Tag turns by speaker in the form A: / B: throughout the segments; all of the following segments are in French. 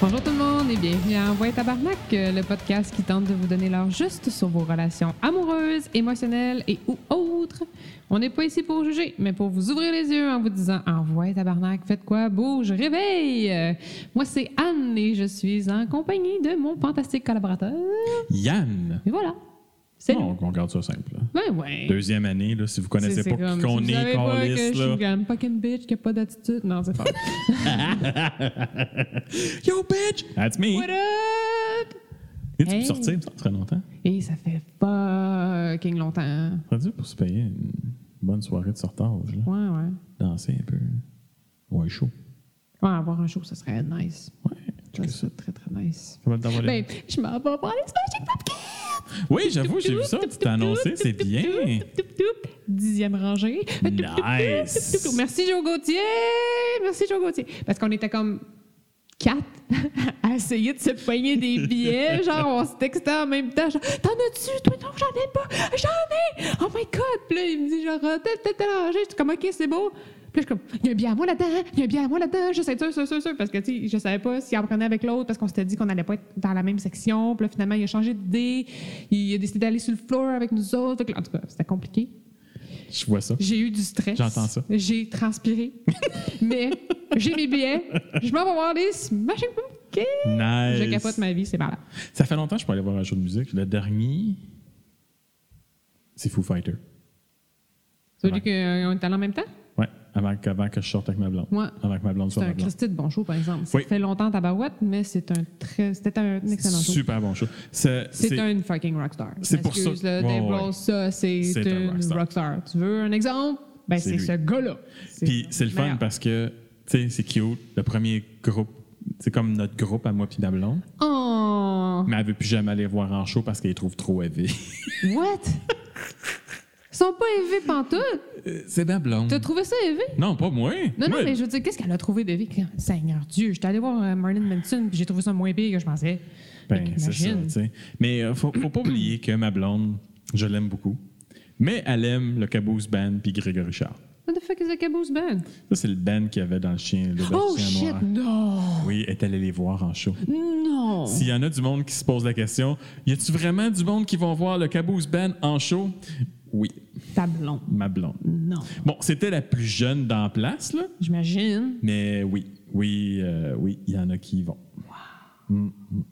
A: Bonjour tout le monde et bienvenue à Envoyer Tabarnak, euh, le podcast qui tente de vous donner l'heure juste sur vos relations amoureuses, émotionnelles et ou autres. On n'est pas ici pour juger, mais pour vous ouvrir les yeux en vous disant Envoyez Tabarnak, faites quoi, bouge, réveille. Euh, Moi c'est Anne et je suis en compagnie de mon fantastique collaborateur.
B: Yann.
A: Et voilà. C'est
B: Non, on garde ça simple. là.
A: Ben ouais.
B: Deuxième année, là, si vous connaissez
A: C'est-
B: pas
A: c'est comme,
B: qui qu'on
A: si vous
B: est,
A: savez
B: qu'on
A: pas que
B: lisse,
A: Je
B: là.
A: suis une fucking bitch qui a pas d'attitude. Non, c'est pas. vrai.
B: Yo, bitch! That's me!
A: What up?
B: Et tu peux
A: Hey.
B: sortir, ça serait longtemps.
A: Et ça fait fucking longtemps.
B: Ça dû pour se payer une bonne soirée de sortage, là.
A: Ouais, ouais.
B: Danser un peu. Ouais, chaud.
A: Ouais, avoir un show, ça serait nice.
B: Ouais,
A: Ça
B: check ça.
A: serait très, très nice.
B: Comment t'en vas, là?
A: Ben, je m'en vais voir les Smashing Pumpkins!
B: Oui, j'avoue, j'ai vu ça, tu t'es annoncé, c'est bien.
A: Toup, toup, Dixième rangée. Toup, toup, toup,
B: Nice.
A: toup, toup. Merci, Joe Gauthier! Merci, Joe Gauthier. Parce qu'on était comme quatre à essayer de se poigner des billets. genre, on se textait en même temps. Genre, t'en as-tu? Toi, non, j'en ai pas! J'en ai! Oh my God! Puis là, il me dit, genre, "Ah, telle, telle, telle rangée. Je suis comme, OK, c'est beau. Puis là, je suis comme, il y a un billet à moi là-dedans, hein? il y a un billet à moi là-dedans, je sais sûr, sûr, sûr, sûr. Parce que, tu sais, je savais pas s'il en prenait avec l'autre parce qu'on s'était dit qu'on allait pas être dans la même section. Puis là, finalement, il a changé d'idée. Il a décidé d'aller sur le floor avec nous autres. Fait que là, En tout cas, c'était compliqué.
B: Je vois ça.
A: J'ai eu du stress.
B: J'entends ça.
A: J'ai transpiré. Mais j'ai mes billets. Je m'en vais voir les Smashing Pumpkins. Je
B: Nice.
A: capote ma vie, c'est malade.
B: Ça fait longtemps que je peux aller voir un show de musique. Le dernier, c'est Foo Fighter.
A: Celui
B: Ouais.
A: qu'on euh, est allé en même temps?
B: Ouais, avant, que- avant que je sorte avec ma blonde.
A: Ouais.
B: Avant que ma blonde
A: C'est
B: soit
A: un
B: ma blonde.
A: Christy de bon show, par exemple.
B: Oui.
A: Ça fait longtemps tabarouette, mais c'est un très, c'était un excellent show.
B: Super bon show. C'est
A: C'est
B: c'est-
A: un fucking rockstar.
B: C'est pour
A: Excuse,
B: ça-
A: là,
B: Ouais,
A: Dave
B: ouais.
A: Ross, ça, c'est
B: C'est un
A: une rockstar.
B: rockstar.
A: Tu veux un exemple? Ben,
B: C'est
A: c'est
B: lui.
A: ce gars-là.
B: Puis c'est le fun
A: meilleur.
B: parce que, tu sais, c'est cute. Le premier groupe, c'est comme notre groupe à moi puis ma blonde.
A: Oh!
B: Mais elle veut plus jamais aller voir en show parce qu'elle les trouve trop heavy.
A: What? Ils sont pas élevés pantoute.
B: Euh, c'est ma blonde.
A: T'as trouvé ça élevé?
B: Non, pas moi.
A: Non,
B: Moi,
A: non, mais je veux dire, qu'est-ce qu'elle a trouvé de vie? Seigneur Dieu, j'étais allée voir euh, Marilyn Manson, puis j'ai trouvé ça moins pire que je pensais.
B: Ben, c'est ça,
A: Imagine.
B: tu sais. Mais euh, faut, faut pas oublier que ma blonde, je l'aime beaucoup. Mais elle aime le Caboose Band puis Grégory Charles.
A: What the fuck is a caboose band?
B: Ça, c'est le band qu'il y avait dans le chien, le Bel
A: Oh
B: chien
A: shit,
B: noir.
A: non!
B: Oui, elle est allée les voir en show.
A: Non!
B: S'il y en a du monde qui se pose la question, y a-tu vraiment du monde qui vont voir le Caboose Band en show? Oui,
A: Ta blonde.
B: ma blonde.
A: Non.
B: Bon, c'était la plus jeune dans la place, là,
A: J'imagine.
B: mais oui, oui, euh, oui, il y en a qui y vont. Mm, mm, mm.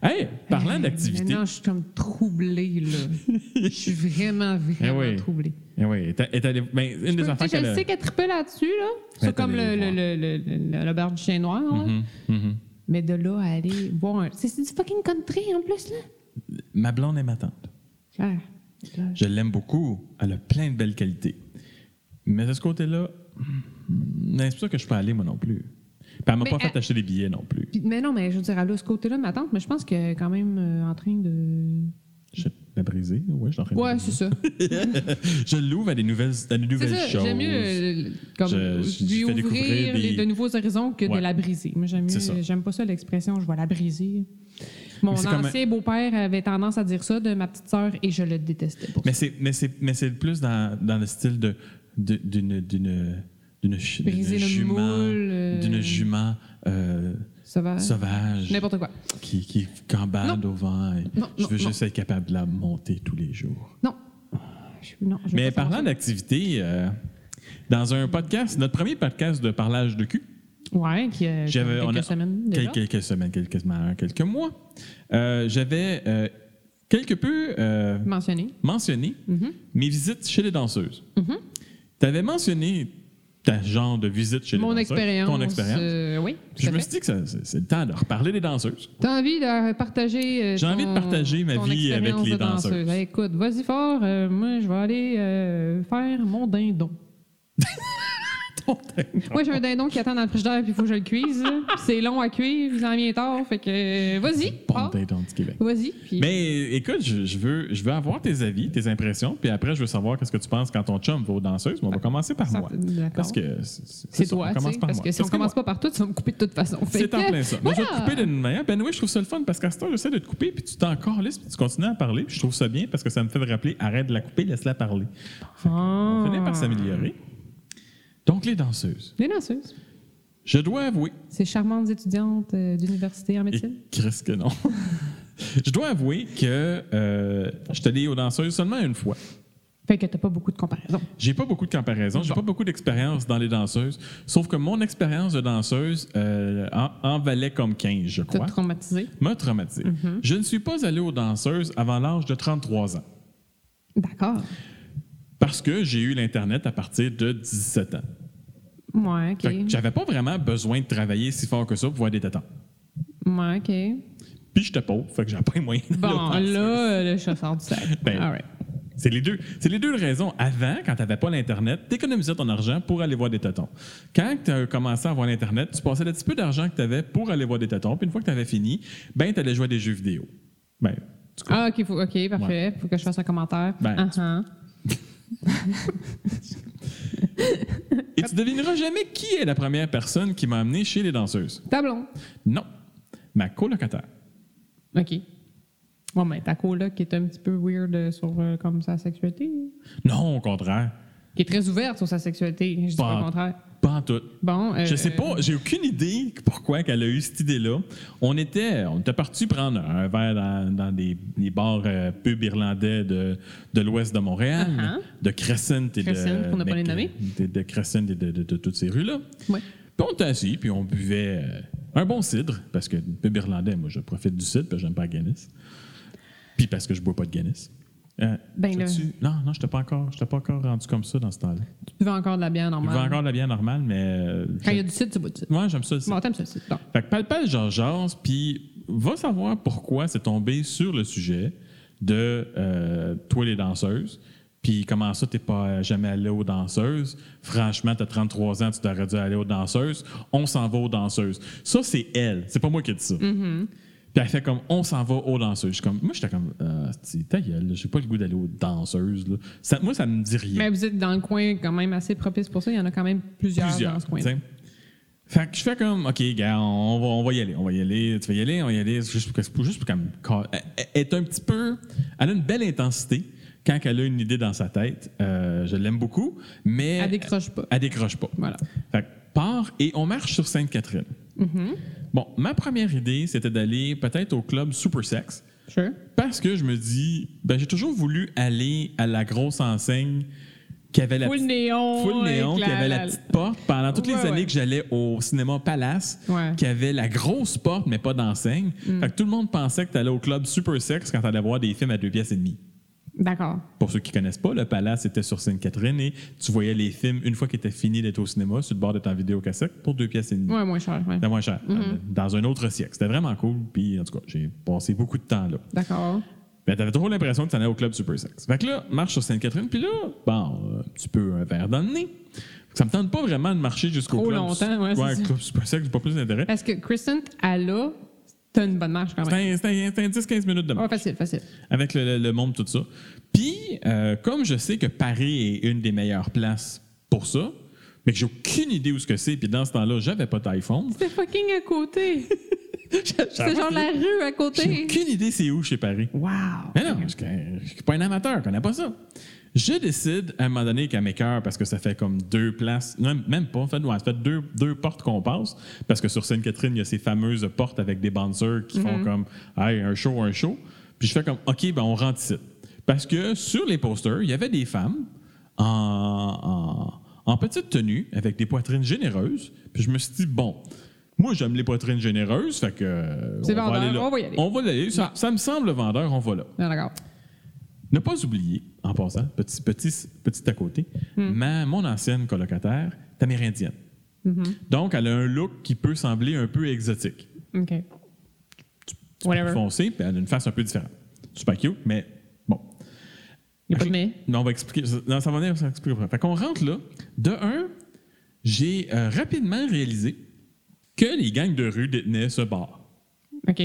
B: Hey, parlant d'activité.
A: Maintenant, je suis comme troublée, là. Je suis vraiment, vraiment
B: Eh oui.
A: troublée.
B: Eh oui, est- est allée- ben, une
A: Tu
B: des affaires
A: sais,
B: qu'elle
A: je
B: a- Ben,
A: sais qu'elle trippait là-dessus, là.
B: Elle est
A: C'est comme le,
B: allée
A: le,
B: voir.
A: le, le, le- le beurre du chien noir, là.
B: Mhm, mhm.
A: Mais de là à aller boire un... C'est c'est du fucking country, en plus, là.
B: Ma blonde est ma tante.
A: Claire. Ah,
B: Je l'aime beaucoup. Elle a plein de belles qualités. Mais de ce côté-là, hmm, c'est pour ça que je peux aller, moi non plus. Puis elle m'a
A: Mais
B: pas fait
A: elle-
B: acheter des billets non plus.
A: Puis- mais non, mais je veux dire, elle a ce côté-là, ma tante, mais je pense qu'elle est quand même euh, en train de.
B: Je l'ai brisé. Ouais, je l'ai en train de
A: Ouais,
B: briser.
A: c'est ça.
B: Je l'ouvre à des nouvelles, à des
A: c'est
B: nouvelles
A: ça.
B: choses.
A: J'aime mieux euh, comme,
B: Je- je-
A: lui
B: je fais
A: ouvrir
B: découvrir
A: les-
B: des-
A: de nouveaux horizons que de
B: Ouais.
A: la briser. Moi, j'aime
B: C'est
A: mieux.
B: ça.
A: J'aime pas ça l'expression je vais la briser. Mon
B: Mais c'est comme un-
A: ancien beau-père avait tendance à dire ça de ma petite sœur et je le détestais. Pour
B: Mais c'est, mais c'est, mais c'est plus dans, dans le style de, de- d'une, d'une, d'une, ch- d'une
A: Briser le
B: jument,
A: moule, euh,
B: d'une jument euh,
A: ça. va.
B: sauvage
A: N'importe quoi.
B: qui, qui cambade au vent. et
A: Non,
B: je
A: non,
B: veux
A: non.
B: juste être capable de la monter tous les jours.
A: Non. Je- non je veux
B: Mais
A: pas faire
B: parlant d'activité, euh, dans un podcast, notre premier podcast de parlage de cul,
A: ça. Ouais, qui a
B: J'avais- on
A: quelques
B: a-
A: semaines. déjà.
B: quel- quelques semaines, quelques, quasiment un, quelques mois, euh, j'avais euh, quelque peu euh,
A: Mentionné.
B: mentionné
A: Mhm.
B: mes visites chez les danseuses.
A: Mhm.
B: Tu avais mentionné ta genre de visite chez
A: Mon
B: les danseuses.
A: expérience.
B: Ton expérience.
A: euh, oui.
B: Puis je
A: tout à
B: me
A: fait.
B: suis dit que ça- c'est c'est le temps de reparler des danseuses.
A: T'as envie de partager. euh,
B: J'ai envie de
A: ton-
B: partager ma
A: ton
B: vie avec
A: expérience
B: les
A: de
B: danseuses.
A: danseuse. Hey, écoute, vas-y fort. euh, moi, je vais aller euh, faire mon dindon.
B: Son dindon.
A: Moi, j'ai un dindon qui attend dans le frigidaire, puis il faut que je le cuise. là. C'est long à cuire, il en vient tard. Fait que, euh, vas-y,
B: Bon
A: pars.
B: dindon du Québec.
A: Vas-y. Puis...
B: Mais euh, écoute, je, je veux, je veux avoir tes avis, tes impressions, puis après, je veux savoir qu'est-ce que tu penses quand ton chum va aux danseuses. Mais on va commencer par
A: Ben, Ça,
B: moi.
A: d'accord.
B: Parce que c'est- c'est
A: c'est
B: ça,
A: toi,
B: on
A: tu
B: commence
A: sais,
B: par
A: parce
B: moi.
A: que si on
B: que moi,
A: commence pas par toi, tu vas me couper de toute façon. Fait
B: C'est en
A: que-
B: plein ça. Moi, je vais te
A: voilà.
B: couper d'une manière. Ben oui, je trouve ça le fun parce qu'à ce temps, j'essaie de te couper, puis tu t'en lisse, puis tu continues à parler. Puis je trouve ça bien parce que ça me fait me rappeler arrête de la couper, laisse-la parler. On finit
A: Ah.
B: par s'améliorer. Donc, les danseuses.
A: Les danseuses.
B: Je dois avouer.
A: Ces charmantes étudiantes euh, d'université en
B: Et
A: médecine.
B: Chris que non. je dois avouer que euh, je te allé aux danseuses seulement une fois.
A: Fait que t'as pas beaucoup de comparaisons.
B: J'ai pas beaucoup de comparaisons, j'ai pas beaucoup d'expérience dans les danseuses, sauf que mon expérience de danseuse euh, en, en valait comme 15, je
A: T'as
B: crois.
A: traumatisé.
B: M'a traumatisé.
A: Mm-hmm.
B: Je ne suis pas allé aux danseuses avant l'âge de 33 ans
A: D'accord.
B: parce que j'ai eu l'Internet à partir de 17 ans.
A: Ouais, OK.
B: Fait que J'avais pas vraiment besoin de travailler si fort que ça pour voir des tétons.
A: Ouais, OK.
B: Puis j'étais pauvre, fait que j'avais pas les moyens d'aller aux
A: Bon,
B: danseuses.
A: là, le chasseur du sac.
B: Ben,
A: All right.
B: C'est les deux. C'est les deux raisons. Avant, quand tu n'avais pas l'Internet, tu économisais ton argent pour aller voir des tétons. Quand tu as commencé à voir l'Internet, tu passais le petit peu d'argent que tu avais pour aller voir des tétons. Puis une fois que tu avais fini, ben, tu allais jouer à des jeux vidéo. Ben, tu comprends.
A: Ah, OK, faut- OK, parfait. Faut que je fasse un commentaire.
B: Ben,
A: Uh-huh.
B: Et tu devineras jamais qui est la première personne qui m'a amené chez les danseuses.
A: Ta blonde.
B: Non. Ma colocataire.
A: OK. Ouais, mais ta coloc qui est un petit peu weird euh, sur euh, comme sa sexualité.
B: Non, au contraire.
A: Qui est très ouverte sur sa sexualité. Je dis pas
B: Pas-
A: le contraire.
B: Pas en tout.
A: Bon. euh,
B: Bah. Je sais pas, j'ai aucune idée pourquoi qu'elle a eu cette idée-là. On était, on était parti prendre un verre dans, dans des, des bars euh, pubs irlandais de, de l'ouest de Montréal,
A: Uh-huh.
B: de Crescent et
A: Crescent,
B: de.
A: pour ne pas les
B: Mc-
A: nommer.
B: De, de Crescent et de, de- de toutes ces rues-là.
A: Ouais.
B: Puis on était assis, puis on buvait euh, un bon cidre, parce que pub irlandais, moi, je profite du cidre, parce que j'aime pas la Guinness. Puis parce que je bois pas de Guinness. Euh,
A: Ben là.
B: sais-tu- Non, non, je pas encore, j'étais pas encore rendu comme ça dans ce temps-là.
A: Tu buvais encore de la bière
B: Je
A: normale.
B: buvais encore de la bière normale, mais. euh,
A: Quand il y a
B: je-
A: du cidre, tu bois du cidre.
B: Ouais, j'aime ça. le cidre.
A: Bon, t'aimes ça, c'est bon.
B: Fait que Palpal Georges, puis va savoir pourquoi c'est tombé sur le sujet de euh, toi les danseuses, puis comment ça t'es pas jamais allé aux danseuses. Franchement, t'as 33 ans, tu t'aurais dû aller aux danseuses. On s'en va aux danseuses. Ça, c'est elle. C'est pas moi qui ai dit ça. Puis elle fait comme on s'en va aux danseuses. Je suis Comme, moi, j'étais comme, euh, asti, ta gueule, là, j'ai pas le goût d'aller aux danseuses. là. Ça- moi, ça me dit rien
A: Mais vous êtes dans le coin quand même assez propice pour ça. Il y en a quand même plusieurs, dans ce coin.
B: t'sais. Fait que je fais comme, OK, gars, on va, on va y aller, on va y aller, tu vas y aller, on va y aller. C'est Juste pour, que- juste pour qu'elle me ca- elle- elle est un petit peu. Elle a une belle intensité quand elle a une idée dans sa tête. Euh, je l'aime beaucoup, mais.
A: Elle décroche pas.
B: Elle décroche pas.
A: Voilà.
B: Fait que part et on marche sur Sainte-Catherine.
A: Mm-hmm.
B: Bon, ma première idée, c'était d'aller peut-être au club Supersex.
A: Sure.
B: Parce que je me dis, ben, j'ai toujours voulu aller à la grosse enseigne qui avait la
A: Full
B: petite-
A: néon,
B: full néon, qui
A: éclair,
B: avait la
A: la-
B: petite porte. Pendant toutes
A: Ouais,
B: les années
A: ouais.
B: que j'allais au cinéma Palace,
A: Ouais. Mm.
B: qui avait la grosse porte, mais pas d'enseigne. Fait que tout le monde pensait que tu allais au club Super Sex quand tu allais voir des films à deux pièces et demie.
A: D'accord.
B: Pour ceux qui connaissent pas, le Palace était sur Sainte-Catherine et tu voyais les films une fois qu'ils étaient finis d'être au cinéma, sur le bord de ta vidéo cassette, pour deux pièces et demie.
A: Ouais, Mm-hmm. moins cher. ouais.
B: C'était moins cher. Dans un autre siècle. C'était vraiment cool. Puis, en tout cas, j'ai passé beaucoup de temps là.
A: D'accord.
B: Mais Ben, t'avais trop l'impression que t'en allais au club Super Sex. Fait que là, marche sur Sainte-Catherine, puis là, bon, un petit peu un verre dans le nez. Ça me tente pas vraiment de marcher jusqu'au
A: Trop
B: club.
A: longtemps, ouais, c'est ça.
B: club Super Sex, j'ai pas plus d'intérêt.
A: Parce que Kristen, elle a. T'as une bonne marche quand
B: C'est
A: même.
B: un, c'est un- c'est un 10-15 minutes de marche
A: Ouais, facile, facile.
B: avec le, le- le monde, tout ça. Puis, euh, comme je sais que Paris est une des meilleures places pour ça, mais que j'ai aucune idée où ce que c'est, puis dans ce temps-là, j'avais pas d'iPhone.
A: C'est fucking à côté. C'est genre la rue à
B: J'ai
A: côté.
B: aucune Hein? idée c'est où chez Paris.
A: Wow.
B: Mais non, je ne suis pas un amateur, je connais pas ça. Je décide à un moment donné qu'à mes cœurs, parce que ça fait comme deux places, non, même pas, en fait, ouais, ça fait deux, deux portes qu'on passe, parce que sur Sainte-Catherine, il y a ces fameuses portes avec des bouncers qui
A: Mhm.
B: font comme hey, un show, un show. Puis je fais comme OK, ben on rentre ici. Parce que sur les posters, il y avait des femmes en, en, en petite tenue, avec des poitrines généreuses. Puis je me suis dit, bon, moi j'aime les poitrines généreuses, fait que. euh,
A: C'est vendeur,
B: là.
A: on va y aller.
B: On va y aller, ça, ça me semble vendeur, on va là.
A: Non, D'accord.
B: Ne pas oublier, en passant, petit, petit, petit à côté, ma, mon ancienne colocataire est amérindienne. Donc, elle a un look qui peut sembler un peu exotique.
A: OK.
B: Plus
A: Whatever.
B: Foncé, puis elle a une face un peu différente. Super cute, mais bon.
A: Il n'y a pas de mais.
B: Non, on va expliquer. Non, ça va venir, ça va expliquer. Fait qu'on rentre là. De un, j'ai euh, rapidement réalisé que les gangs de rue détenaient ce bar.
A: OK.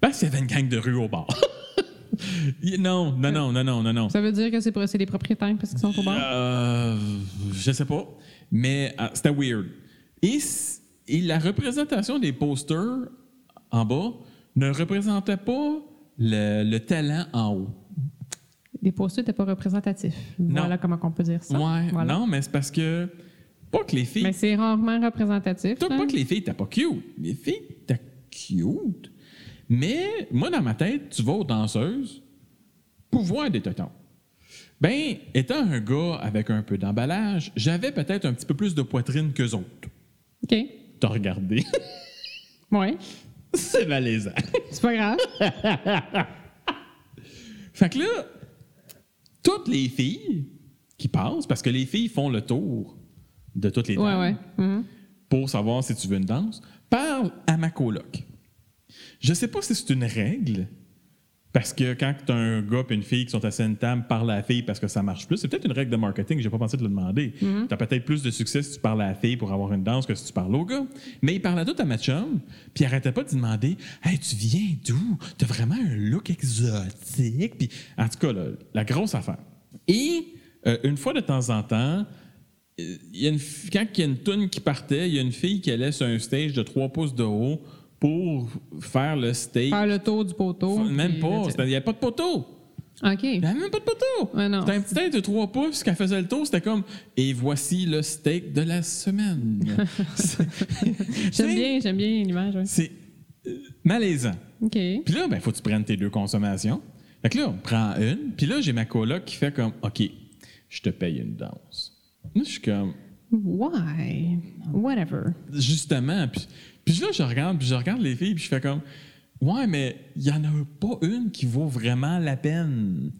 B: Parce qu'il y avait une gang de rue au bar. non, non, non, non, non, non, non.
A: Ça veut dire que c'est pour- c'est les propriétaires parce qu'ils sont au bar?
B: Euh, je sais pas, mais euh, c'était weird. Et, c- et la représentation des posters en bas ne représentait pas le, le talent en haut.
A: Les posters n'étaient pas représentatifs.
B: Non.
A: Voilà comment on peut dire ça.
B: ouais,
A: Voilà.
B: non, mais c'est parce que pas que les filles,
A: Mais c'est rarement représentatif.
B: pas
A: là.
B: que les filles étaient pas cute, les filles étaient cute. Mais moi dans ma tête, tu vas aux danseuses, pouvoir des tontons. Ben, étant un gars avec un peu d'emballage, j'avais peut-être un petit peu plus de poitrine que autres.
A: OK.
B: T'as regardé.
A: Ouais.
B: C'est malaisant.
A: C'est pas grave.
B: Fait que là, toutes les filles qui passent, parce que les filles font le tour de toutes les
A: ouais,
B: dames
A: ouais. Mhm.
B: pour savoir si tu veux une danse, parlent à ma coloc. Je sais pas si c'est une règle, parce que quand t'as un gars et une fille qui sont à une table, parle à la fille parce que ça marche plus. C'est peut-être une règle de marketing, j'ai pas pensé de le demander. T'as peut-être plus de succès si tu parles à la fille pour avoir une danse que si tu parles au gars. Mais ils parlaient tout à ma chum, puis ils arrêtaient pas de demander Hey, tu viens d'où T'as vraiment un look exotique. Puis, en tout cas, là, la grosse affaire. Et euh, une fois de temps en temps, euh, il y a une fi- quand il y a une toune qui partait, il y a une fille qui allait sur un stage de 3 pouces de haut pour faire le stage.
A: Faire le tour du poteau.
B: Même
A: puis-
B: pas. c'était- Il n'y avait pas de poteau. Il n'y
A: OK.
B: avait même pas de poteau.
A: Ouais, non.
B: C'était un petit tête de trois pouces qu'elle faisait le tour. C'était comme Et voici le steak de la semaine. C'est-
A: J'aime bien, j'aime bien l'image. ouais.
B: C'est euh, malaisant.
A: OK.
B: Puis là, ben, faut que tu prennes tes deux consommations. Fait que là, on prend une. Puis là, j'ai ma coloc qui fait comme OK, je te paye une danse. Là, je suis comme
A: Why? Whatever.
B: justement. Puis, puis là, je regarde, puis je regarde les filles, puis je fais comme, ouais, mais il n'y en a pas une qui vaut vraiment la peine.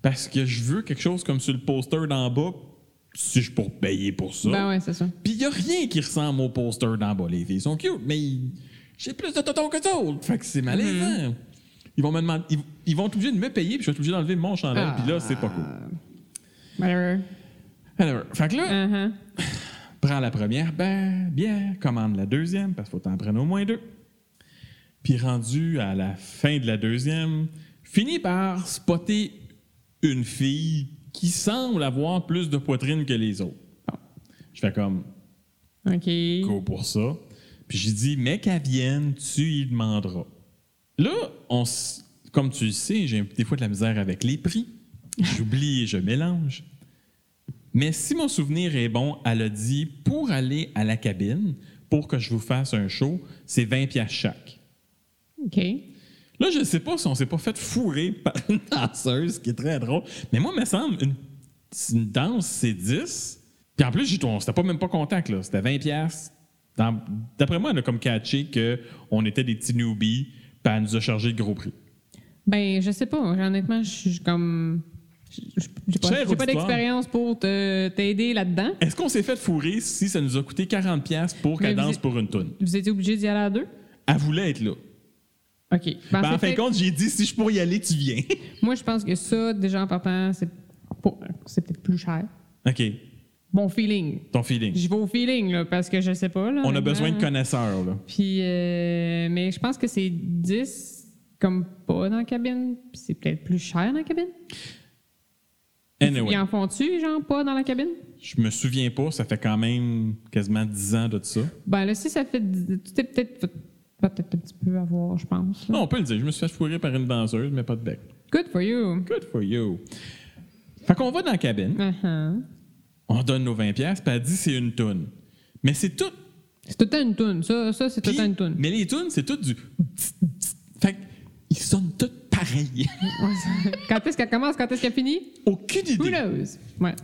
B: Parce que je veux quelque chose comme sur le poster d'en bas, si je pour payer pour ça.
A: Ben ouais, c'est ça.
B: Puis il n'y a rien qui ressemble au poster d'en bas. Les filles sont cute, mais ils- j'ai plus de tontons que d'autres. Fait que c'est malaisant.
A: Mm-hmm.
B: Ils vont me demander, ils, ils vont être obligés de me payer, puis je vais être obligé d'enlever mon chandail,
A: Ah.
B: puis là, c'est pas cool.
A: Whatever.
B: Alors, fait que là,
A: Uh-huh.
B: Prends la première ben, bière, commande la deuxième, parce qu'il faut t'en prendre au moins deux. Puis rendu à la fin de la deuxième, finis par spotter une fille qui semble avoir plus de poitrine que les autres. Je fais comme,
A: OK.
B: go pour ça. Puis j'ai dit, mais qu'elle vienne, tu y demanderas. Là, on s- comme tu le sais, j'ai des fois de la misère avec les prix. J'oublie et je mélange. Mais si mon souvenir est bon, elle a dit, pour aller à la cabine, pour que je vous fasse un show, c'est 20 piastres chaque.
A: OK.
B: Là, je ne sais pas si on s'est pas fait fourrer par une danseuse, ce qui est très drôle. Mais moi, il me semble, une, une danse, c'est 10. Puis en plus, j'ai- on s'était pas même pas contact, là. C'était 20 piastres. Dans- D'après moi, elle a comme catché qu'on était des petits newbies, puis elle nous a chargé le gros prix.
A: Ben, je sais pas. Honnêtement, je suis comme. je- je- J'ai pas,
B: Cher
A: j'ai pas
B: auditoire.
A: d'expérience pour te- t'aider là-dedans.
B: Est-ce qu'on s'est fait fourrer si ça nous a coûté 40 piastres pour
A: Mais
B: qu'elle
A: vous
B: danse
A: êtes-
B: pour une toune?
A: Vous étiez obligé d'y aller à deux?
B: Elle voulait être là.
A: OK. Ben,
B: Ben, en
A: c'est
B: fin de
A: fait-
B: compte, j'ai dit, si je pourrais y aller, tu viens.
A: Moi, je pense que ça, déjà en partant, c'est pas- c'est peut-être plus cher.
B: OK.
A: Bon feeling.
B: Ton feeling.
A: Je vais au feeling, là, parce que je sais pas. Là,
B: On a
A: honnêtement.
B: besoin de connaisseurs, là.
A: Puis, euh, mais je pense que c'est 10 comme pas dans la cabine, puis c'est peut-être plus cher dans la cabine.
B: Anyway.
A: Ils en font-tu, genre, pas dans la cabine?
B: Je me souviens pas, ça fait quand même quasiment 10 ans de ça.
A: Ben là, si ça fait. dix- Tu t'es peut-être fait- peut-être un petit peu à voir, je pense. là.
B: Non, on peut le dire, je me suis fait fourrer par une danseuse, mais pas de bec.
A: Good for you.
B: Good for you. Fait qu'on va dans la cabine,
A: Uh-huh.
B: on donne nos 20 pièces, puis elle dit c'est une toune. Mais c'est tout.
A: C'est tout le temps une toune. Ça, ça c'est tout le
B: Puis-
A: temps une toune.
B: Mais les tounes, c'est tout du Fait qu'ils sonnent toutes pareilles.
A: Ouais, ça- quand est-ce qu'elle commence? Quand est-ce qu'elle finit?
B: Aucune
A: Who
B: idée.
A: knows? Ouais.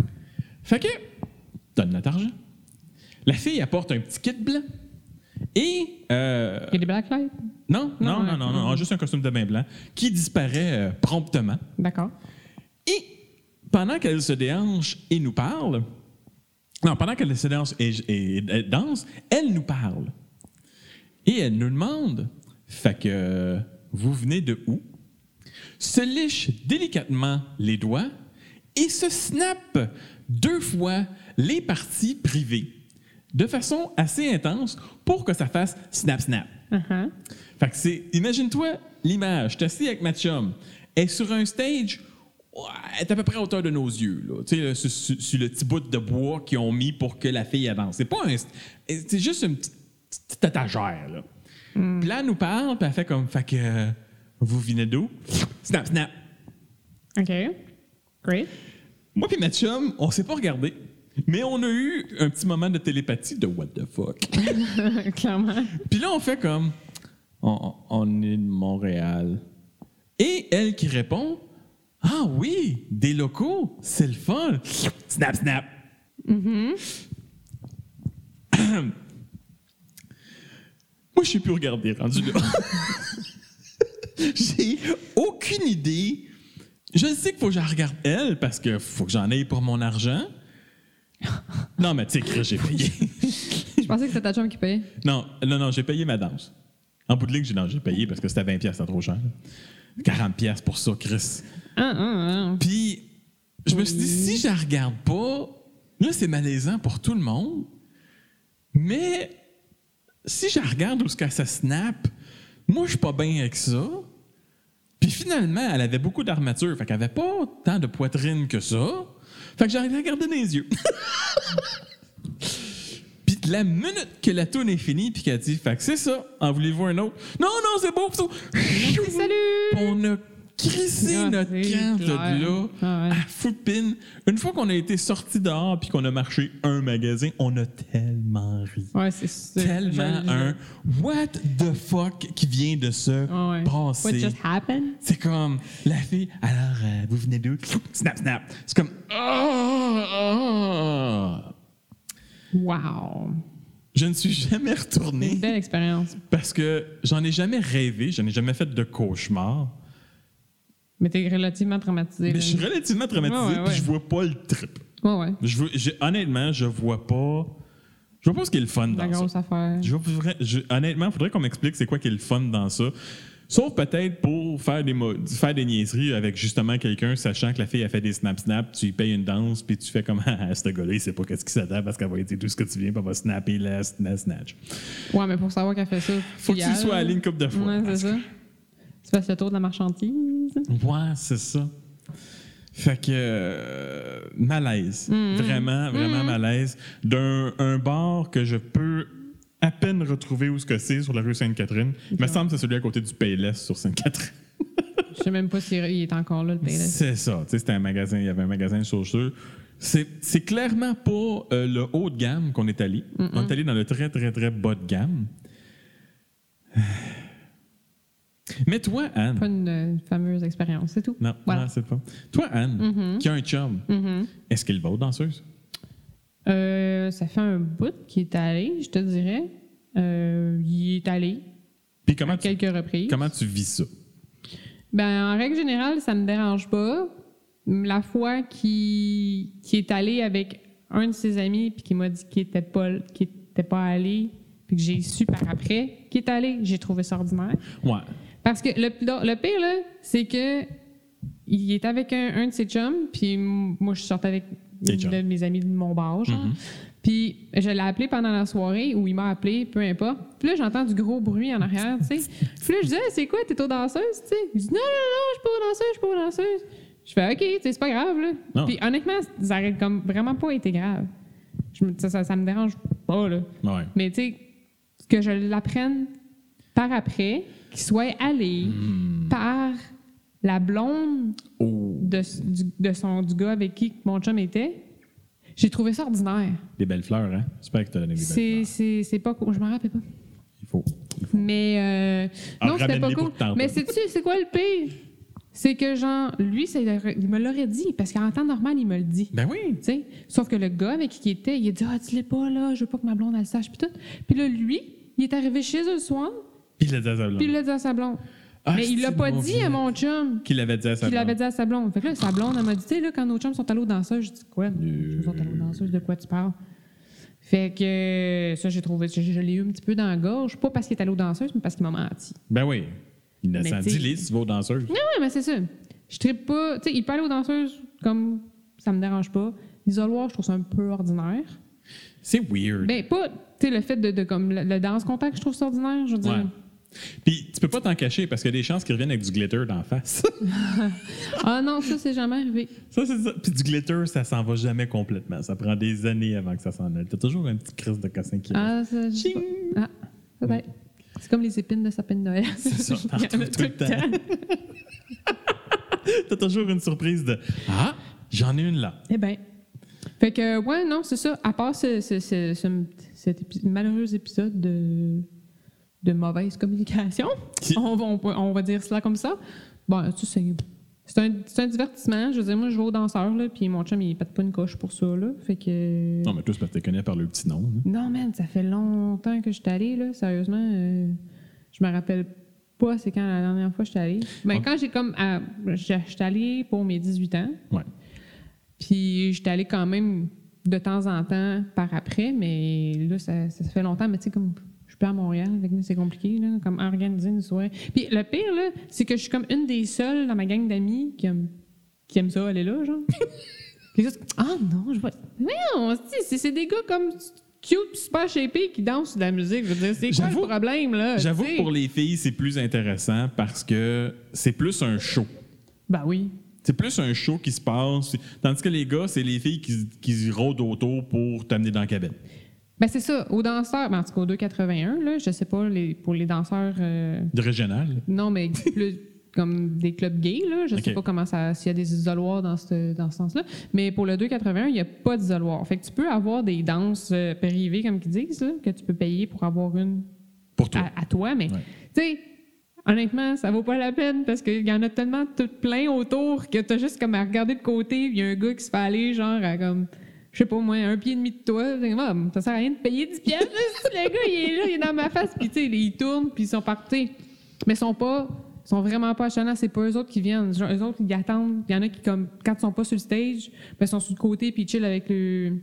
B: Fait que, donne notre argent. La fille apporte un petit kit blanc. Et euh,
A: Il y a des black lights?
B: non, non,
A: Non,
B: non, non, non,
A: non.
B: juste un costume de bain blanc qui disparaît euh, promptement.
A: D'accord.
B: Et pendant qu'elle se déhanche et nous parle, non, pendant qu'elle se déhanche et, et- et danse, elle nous parle. Et elle nous demande, fait que euh, vous venez de où? Se liche délicatement les doigts et se snappe deux fois les parties privées. de façon assez intense pour que ça fasse snap-snap.
A: Uh-huh.
B: Fait que c'est. Imagine-toi l'image. T'es assis avec ma chum. Elle est sur un stage. ouais, Elle est à peu près à hauteur de nos yeux, là. Tu sais, là, sur, sur- sur le petit bout de bois qu'ils ont mis pour que la fille avance. C'est pas un. C'est juste une petite, petite étagère, là. Puis là, elle nous parle, puis elle fait comme. Fait que. euh, Vous venez d'où? Snap, snap.
A: OK. Great.
B: Moi puis ma chum, on s'est pas regardé, mais on a eu un petit moment de télépathie de what the fuck.
A: Clairement.
B: Puis là, on fait comme on, on- on est de Montréal. Et elle qui répond Ah oui, des locaux, c'est le fun. Snap, snap. Mm-hmm. Moi, je sais plus regarder, rendu là. J'ai aucune idée. Je sais qu'il faut que je la regarde elle parce que faut que j'en aille pour mon argent. Non, mais tu sais, Chris, j'ai payé.
A: Je pensais que c'était ta chum qui payait.
B: Non, non, non, j'ai payé ma danse. En bout de ligne, j'ai non, j'ai payé parce que c'était 20$, c'était trop cher. 40$ pour ça, Chris.
A: Ah, ah, ah.
B: Puis, je me suis dit, si je la regarde pas, là, c'est malaisant pour tout le monde. Mais si je la regarde où ce que ça snap, moi, je suis pas bien avec ça. Puis finalement, elle avait beaucoup d'armature, fait qu'elle avait pas tant de poitrine que ça. Fait que j'arrivais à regarder dans les yeux. Puis de la minute que la tourne est finie, puis qu'elle dit, fait que c'est ça, en voulez-vous un autre? Non, non, c'est beau, c'est tout. Puis
A: Salut!
B: on a crissé
A: Ah,
B: notre
A: c'est
B: camp de
A: clair.
B: là
A: Ah ouais.
B: à Foupine. Une fois qu'on a été sorti dehors puis qu'on a marché un magasin, on a tellement ri.
A: Ouais, c'est sûr.
B: Tellement
A: Je-
B: un what the fuck qui vient de se
A: Ouais, ouais. What
B: passer.
A: just happened?
B: C'est comme la fille, alors euh, vous venez d'où? Snap, snap. C'est comme ah, ah.
A: Wow.
B: Je ne suis jamais retourné.
A: Une belle expérience.
B: Parce que j'en ai jamais rêvé, j'en ai jamais fait de cauchemar.
A: Mais t'es relativement traumatisé.
B: Mais je suis relativement traumatisé,
A: Ouais, ouais,
B: puis je
A: ouais.
B: vois pas le trip.
A: Ouais, ouais.
B: Je veux- j'ai- honnêtement, je vois pas. Je vois pas ce qui est le fun
A: La
B: dans ça.
A: grosse affaire.
B: Je vois pas vrai- je- honnêtement, il faudrait qu'on m'explique c'est quoi qui est le fun dans ça. Sauf peut-être pour faire des, mo- faire des niaiseries avec justement quelqu'un, sachant que la fille a fait des snap-snap, tu lui payes une danse, puis tu fais comme Ah, ce gars-là, il sait pas qu'est-ce qui s'attend parce qu'elle va être tout ce que tu viens, puis elle va snapper la, la snatch.
A: Ouais, mais pour savoir qu'elle fait ça.
B: Faut que tu
A: hier,
B: le sois allé une couple de fois.
A: Ouais, c'est ça. Tu passes le tour de la marchandise.
B: Ouais, c'est ça. Fait que euh, malaise, vraiment, vraiment malaise. D'un un bar que je peux à peine retrouver où ce que c'est sur la rue Sainte-Catherine. Il me semble que c'est celui à côté du Payless sur Sainte-Catherine.
A: Je sais même pas s'il il est encore là, le PLS.
B: C'est ça. Tu sais, c'était un magasin, il y avait un magasin de chaussures. C'est c'est clairement pas euh, le haut de gamme qu'on est allé. On est allé dans le très, très, très bas de gamme. Mais toi, Anne.
A: Pas une euh, fameuse expérience, c'est tout.
B: Non,
A: Voilà.
B: non, c'est pas. Toi, Anne, qui a un chum,
A: Mhm.
B: est-ce qu'il va aux danseuses?
A: Euh, ça fait un bout qu'il est allé, je te dirais. Euh, il est allé
B: Puis comment,
A: à
B: tu,
A: quelques reprises.
B: comment tu vis ça?
A: Ben, en règle générale, ça me dérange pas. La fois qui, qui est allé avec un de ses amis puis qui m'a dit qu'il était pas qu'il était pas allé puis que j'ai su par après qu'il est allé, j'ai trouvé ça ordinaire.
B: Ouais.
A: Parce que le, le pire là, c'est que il est avec un, un de ses chums puis m- moi je sortais avec
B: Des
A: une
B: chums. Mm-hmm.
A: de mes amis de mon bar genre. Puis je l'ai appelé pendant la soirée ou il m'a appelé, peu importe. Puis là j'entends du gros bruit en arrière, tu sais. Puis là je dis Ah, c'est quoi, t'es aux danseuses, tu sais. Il dit non non non, je suis pas aux danseuses, je suis pas aux danseuses. Je fais ok, tu sais, c'est pas grave là.
B: Non.
A: Puis honnêtement, ça aurait comme vraiment pas été grave. Je me- ça, ça, ça me dérange pas là.
B: Ouais.
A: Mais tu sais, que je l'apprenne par après, qu'il soit allé par la blonde
B: Hmm. Oh,
A: de, du, de son, du gars avec qui mon chum était, j'ai trouvé ça ordinaire.
B: des belles fleurs, hein? J'espère que tu as donné des belles
A: C'est-
B: fleurs.
A: C'est c'est pas cool. Je m'en rappelle pas.
B: Il faut.
A: Mais euh,
B: Ah,
A: non, c'était pas
B: ramène-les pour
A: cool.
B: que t'en
A: Mais
B: parles.
A: sais-tu, c'est quoi le pire? C'est que, genre, lui, ça, il aurait- il me l'aurait dit, parce qu'en temps normal, il me le dit.
B: Ben oui!
A: Tu sais, Sauf que le gars avec qui il était, il a dit Ah, dis-le pas, là, je veux pas que ma blonde, elle le sache, puis tout. Puis là, lui, il est arrivé chez eux le soir,
B: Puis il l'a dit à sa blonde.
A: puis il l'a dit à sa blonde.
B: Ah,
A: Mais il l'a
B: c'est
A: pas
B: bon
A: dit
B: vieux.
A: à mon chum,
B: Qu'il l'avait dit à sa
A: qu'il
B: blonde.
A: l'avait dit à sa blonde. Fait que là, sa blonde, elle m'a dit Tu sais, là, quand nos chums sont allés aux danseuses, je dis Quoi Nos chums
B: Euh.
A: sont allés aux danseuses, de quoi tu parles Fait que euh, ça, j'ai trouvé, je, je l'ai eu un petit peu dans la gorge, pas parce qu'il est allé aux danseuses, mais parce qu'il m'a menti.
B: Ben oui. Il a
A: Mais
B: senti
A: t'sais-
B: les si tu vas aux danseuses.
A: Non, ouais, mais c'est ça. Je tripe pas. Tu sais, il peut aller aux danseuses comme ça me dérange pas. L'isoloir, je trouve ça un peu ordinaire.
B: C'est weird.
A: Ben, pas, tu sais, le fait de, de comme, le, le danse contact, je trouve ça ordinaire, je veux dire.
B: Ouais. Puis tu peux pas t'en cacher parce qu'il y a des chances qu'ils reviennent avec du glitter d'en face.
A: Ah non, ça, c'est jamais arrivé.
B: ça, c'est ça. Puis du glitter, ça s'en va jamais complètement. Ça prend des années avant que ça s'en aille. T'as toujours un petit crise de cassin qui
A: Ah, ça, je sais
B: Ching!
A: pas. Ah, peut-être. C'est comme les épines de sapin de Noël.
B: C'est ça, t'en
A: Il y en a
B: retrouves tout le temps. T'as toujours une surprise de Ah, j'en ai une là.
A: Eh bien. Fait que, ouais, non, c'est ça. À part ce, ce- ce- ce- cet épi- malheureux épisode de, de mauvaise communication,
B: Qui-
A: on, va, on peut- on va dire cela comme ça. Bon, tu sais, c'est un, c'est un divertissement. Je veux dire, moi, je vais au danseur, là, puis mon chum, il pète pas une coche pour ça, là. Fait que.
B: Non, mais tous parce que tu connais par le petit nom. hein. là.
A: Non, man, ça fait longtemps que je suis allée, là. Sérieusement, euh, je me rappelle pas c'est quand la dernière fois que je suis allée. Ben,
B: Ah.
A: quand j'ai comme. à- Je je suis allée pour mes 18 ans.
B: Ouais.
A: Puis j'étais allée quand même de temps en temps par après, mais là, ça, ça fait longtemps. Mais tu sais, comme je suis pas à Montréal, avec nous, c'est compliqué, là, comme organiser une soirée. Puis le pire, là, c'est que je suis comme une des seules dans ma gang d'amis qui aime, qui aime ça, aller là, genre. Les autres, ah non, je vois. Mais non, c'est- c'est c'est des gars comme cute, pis super shapés qui dansent sur de la musique. Je veux dire, c'est quoi
B: J'avoue-
A: le problème, là?
B: J'avoue
A: Euh, tu
B: que
A: sais?
B: pour les filles, c'est plus intéressant parce que c'est plus un show.
A: Ben oui.
B: C'est plus un show qui se passe. Tandis que les gars, c'est les filles qui, qui rôdent autour pour t'amener dans la cabine.
A: Ben c'est ça, aux danseurs, ben, en tout cas, aux 281, là, je sais pas, les, pour les danseurs. euh,
B: De régional.
A: Non, mais plus comme des clubs gays, là. Je sais
B: Ok.
A: pas comment ça. S'il y a des isoloirs dans ce, dans ce sens-là. Mais pour le 2,81, il n'y a pas d'isoloir. Fait que tu peux avoir des danses euh, privées, comme qu'ils disent, là, que tu peux payer pour avoir une
B: Pour toi.
A: à, à toi, mais
B: Ouais.
A: tu sais. Honnêtement, ça vaut pas la peine parce qu'il y en a tellement tout plein autour que t'as juste comme à regarder de côté, il y a un gars qui se fait aller genre à comme je sais pas moi, un pied et demi de toi, Fait que, ah, ça sert à rien de payer 10 piastres, là, si le gars il est là, il est dans ma face, puis tu sais, ils tournent, puis ils sont partis. Mais ils sont pas, ils sont vraiment pas achalants, c'est pas eux autres qui viennent, genre, eux autres ils attendent, il y en a qui comme, quand ils sont pas sur le stage, ben, ils sont sur le côté puis ils chillent avec le,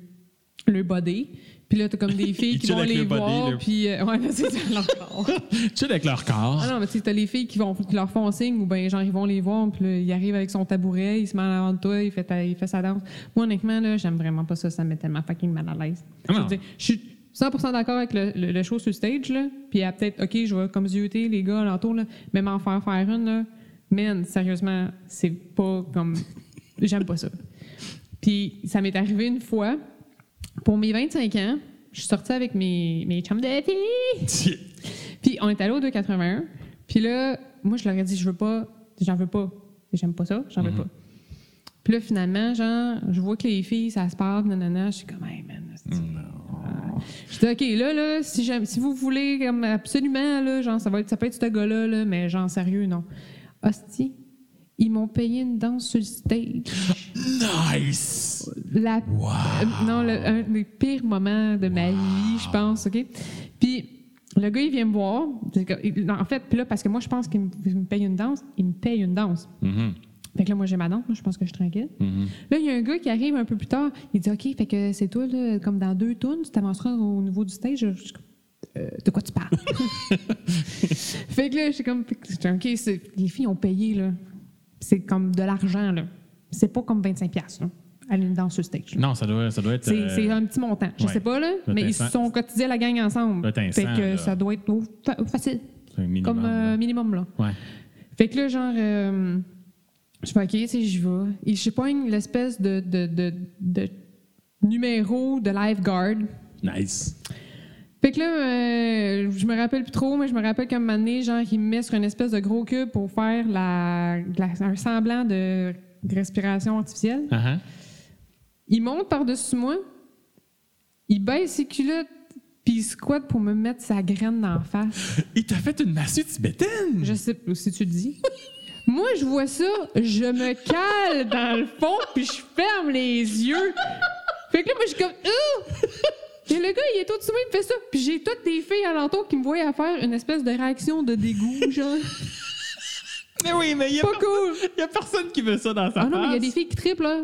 A: le body, puis là t'as comme des filles
B: Ils
A: qui
B: chillent
A: vont
B: avec
A: les
B: le body,
A: voir,
B: là.
A: puis euh, ouais, là, c'est ça leur corps.
B: Chill avec leur corps.
A: Ah non, mais tu sais, t'as les filles qui, vont, qui leur font signe ou ben genre ils vont les voir, puis là, il arrive avec son tabouret, il se met en avant de toi, il fait, ta- il fait sa danse. Moi, honnêtement, là, j'aime vraiment pas ça, ça me met tellement fucking mal à l'aise.
B: Ah
A: Je veux
B: non.
A: dire, je suis 100% d'accord avec le, le- le show sur le stage, là, puis à peut-être, OK, je vais comme zioter les gars alentour, là, mais m'en faire faire une, là, man, sérieusement, c'est pas comme. J'aime pas ça. Puis ça m'est arrivé une fois, pour mes 25 ans, je suis sortie avec mes, mes chums de filles.
B: Tiens.
A: Puis on est allé au 281. Puis là, moi, je leur ai dit, je veux pas, j'en veux pas. J'aime pas ça, j'en veux pas. Puis là, finalement, genre, je vois que les filles, ça se parle, nanana. Je suis comme, hey, man. c'est- Ouais. Je dis, OK, là, là, si, j'aime- si vous voulez, comme, absolument, là, genre, ça, va être, ça peut être ce gars-là, là, mais genre, sérieux, non. Hostie, ils m'ont payé une danse sur le stage.
B: Nice!
A: La
B: Wow!
A: euh, non, le- un des pires moments de ma vie, je pense, OK? Puis le gars, il vient me voir. C'est que- il- En fait, puis là, parce que moi, je pense qu'il me- il me paye une danse, il me paye une danse.
B: Mhm,
A: Fait que là, moi, j'ai ma danse, moi, je pense que je suis tranquille.
B: mhm.
A: Là, il y a un gars qui arrive un peu plus tard, il dit OK, fait que c'est toi, là, comme dans deux tours, tu t'avanceras au niveau du stage. Je- je- euh, de quoi tu parles? fait que là, j'étais comme, fait que j'étais, OK, c'est- les filles ont payé, là. C'est comme de l'argent, là. C'est pas comme 25$, là, aller une danse sur le stage. là.
B: Non, ça doit, ça doit être.
A: C'est
B: euh,
A: c'est un petit montant. Je
B: ouais.
A: sais pas, là,
B: Peut-être
A: mais ils
B: cent.
A: se sont cotisés la gang ensemble.
B: Peut-être
A: fait
B: cent,
A: que
B: là.
A: ça doit être au- fa- facile,
B: c'est un minimum,
A: comme euh,
B: là.
A: minimum, là.
B: Ouais.
A: Fait que là, genre, euh, je fais OK, tu sais, j'y vais. Et je pogne l'espèce de, de, de, de numéro de lifeguard.
B: Nice.
A: Fait que là, euh, je me rappelle plus trop, mais je me rappelle qu'à un moment donné, genre, il me met sur une espèce de gros cube pour faire la, la- un semblant de respiration artificielle.
B: Ah, ah.
A: Il monte par-dessus moi, il baisse ses culottes, puis il squatte pour me mettre sa graine d'en face.
B: Il t'a fait une massue tibétaine!
A: Je sais pas si tu le dis. Moi, je vois ça, je me cale dans le fond, puis je ferme les yeux. Fait que là, moi, je suis comme, Ouh! Et le gars, il est au-dessus de moi, il me fait ça. Puis j'ai toutes des filles alentour qui me voyaient à faire une espèce de réaction de dégoût, genre.
B: Mais oui, mais il n'y
A: Pas cool!
B: a personne qui veut ça dans sa
A: Ah non, mais il y a
B: face.
A: des filles qui triplent, là.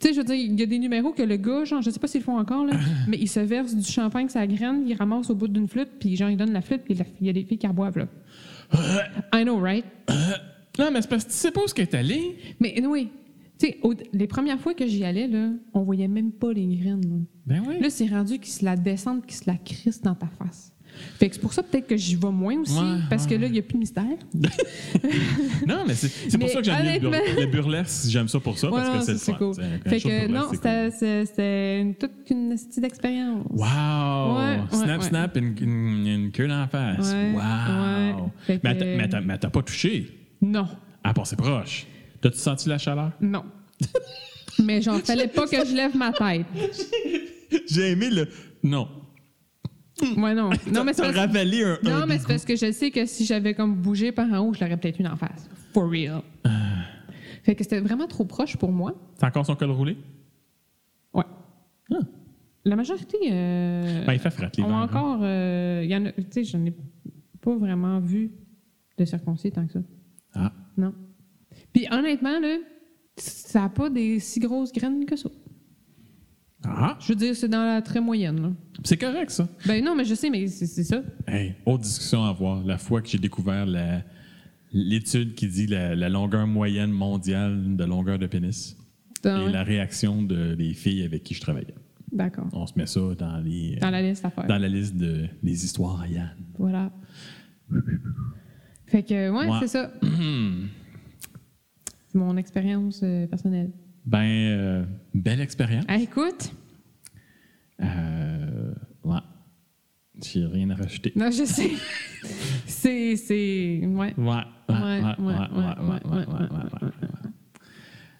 A: Tu sais, je veux dire, il y a des numéros que le gars, genre, je sais pas s'ils le font encore, là, mais il se verse du champagne que sa graine, il ramasse au bout d'une flûte, puis genre, il donne la flûte, puis la- il y a des filles qui reboivent, là. I know, right?
B: Non, mais c'est parce que tu sais pas où est-ce qu'elle est allée.
A: Mais oui. Tu sais, au- les premières fois que j'y allais, là, on voyait même pas les graines. là.
B: Ben oui.
A: Là, c'est rendu qu'ils se la descendent, qu'ils se la crissent dans ta face. Fait que c'est pour ça peut-être que j'y vais moins aussi,
B: Ouais,
A: parce que
B: ouais.
A: là, il n'y a plus de mystère.
B: Non, mais c'est c'est pour
A: Mais
B: ça que j'aime les bur-
A: honnêtement-
B: les burlesques. J'aime ça pour ça,
A: Ouais, non,
B: parce
A: ça,
B: que c'est
A: c'est
B: le fun.
A: cool.
B: tu sais, un
A: Fait
B: show de
A: que
B: burlesque,
A: non,
B: c'est cool.
A: c'était c'était- c'était une- toute une petite d'expérience.
B: Wow!
A: Ouais, ouais,
B: snap,
A: ouais.
B: snap, une, une- une queue dans la face.
A: Ouais,
B: wow!
A: ouais. Fait
B: Mais
A: que-
B: attends- Mais attends- mais t'as pas touché.
A: Non,
B: À part, c'est proche. T'as-tu senti la chaleur?
A: non. Mais genre, fallait pas que je lève ma tête.
B: J'ai aimé le. Non.
A: Moi, non. Non, mais c'est
B: T'as
A: parce-
B: ravalé un.
A: non,
B: un
A: mais c'est parce que je sais que si j'avais comme bougé par en haut, je l'aurais peut-être une en face. For real.
B: Ah.
A: Fait que c'était vraiment trop proche pour moi.
B: T'as encore son col roulé?
A: Ouais.
B: Ah.
A: La majorité. euh,
B: Ben, il fait frette, les
A: on a
B: verres, hein.
A: encore. euh, il y en a- tu sais, je n'ai pas vraiment vu de circoncis tant que ça.
B: Ah.
A: Non. Puis honnêtement, là, ça n'a pas des si grosses graines que ça.
B: Ah!
A: Je veux dire, c'est dans la très moyenne. là.
B: C'est correct, ça.
A: Ben non, mais je sais, mais c'est c'est ça.
B: Hey, autre discussion à avoir. La fois que j'ai découvert la- l'étude qui dit la, la longueur moyenne mondiale de longueur de pénis
A: Dans-
B: et la réaction de- des filles avec qui je travaillais.
A: D'accord.
B: On se met ça dans les. euh,
A: Dans la liste à faire.
B: dans la liste de, des histoires à Yann.
A: Voilà. Fait que, ouais,
B: Ouais.
A: c'est ça. C'est mon expérience euh, personnelle.
B: Ben, euh, belle expérience.
A: Ah, écoute.
B: Euh, ouais. J'ai rien à rajouter.
A: Non, je sais. c'est. C'est. Ouais.
B: Ouais, ouais, ouais, ouais, ouais, ouais, ouais, ouais, ouais, ouais.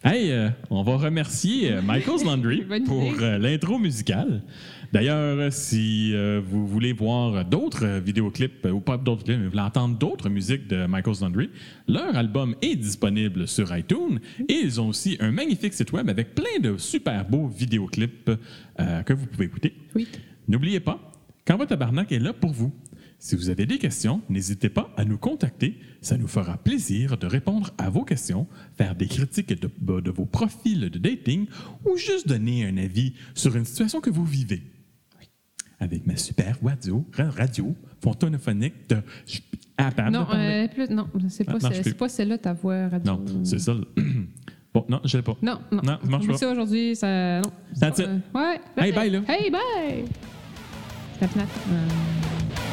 B: Hey, euh, on va remercier euh, Michael's Laundry
A: Bonne idée.
B: pour euh, l'intro musicale. D'ailleurs, euh, si euh, vous voulez voir d'autres euh, vidéoclips, euh, ou pas d'autres clips, mais vous voulez entendre d'autres musiques de Michael's Laundry, leur album est disponible sur iTunes et ils ont aussi un magnifique site web avec plein de super beaux vidéoclips euh, que vous pouvez écouter.
A: Oui.
B: N'oubliez pas, Quand votre tabarnak est là pour vous. Si vous avez des questions, n'hésitez pas à nous contacter. Ça nous fera plaisir de répondre à vos questions, faire des critiques de, de vos profils de dating ou juste donner un avis sur une situation que vous vivez. Avec ma super radio, ra- radio fontonophonique de... Ah, ben,
A: Non,
B: de parler.
A: euh, plus- non, c'est pas,
B: Ah, non,
A: celle-
B: je peux-
A: c'est pas celle-là ta voix radio.
B: non c'est ça. le- bon, non, je l'ai pas.
A: Non, non.
B: Non, ça marche
A: Oublie
B: pas.
A: ça aujourd'hui, ça. Non. c'est
B: That's
A: pas-
B: it.
A: Ouais.
B: Hey, bye, là.
A: Hey, bye. Snap, snap. Euh,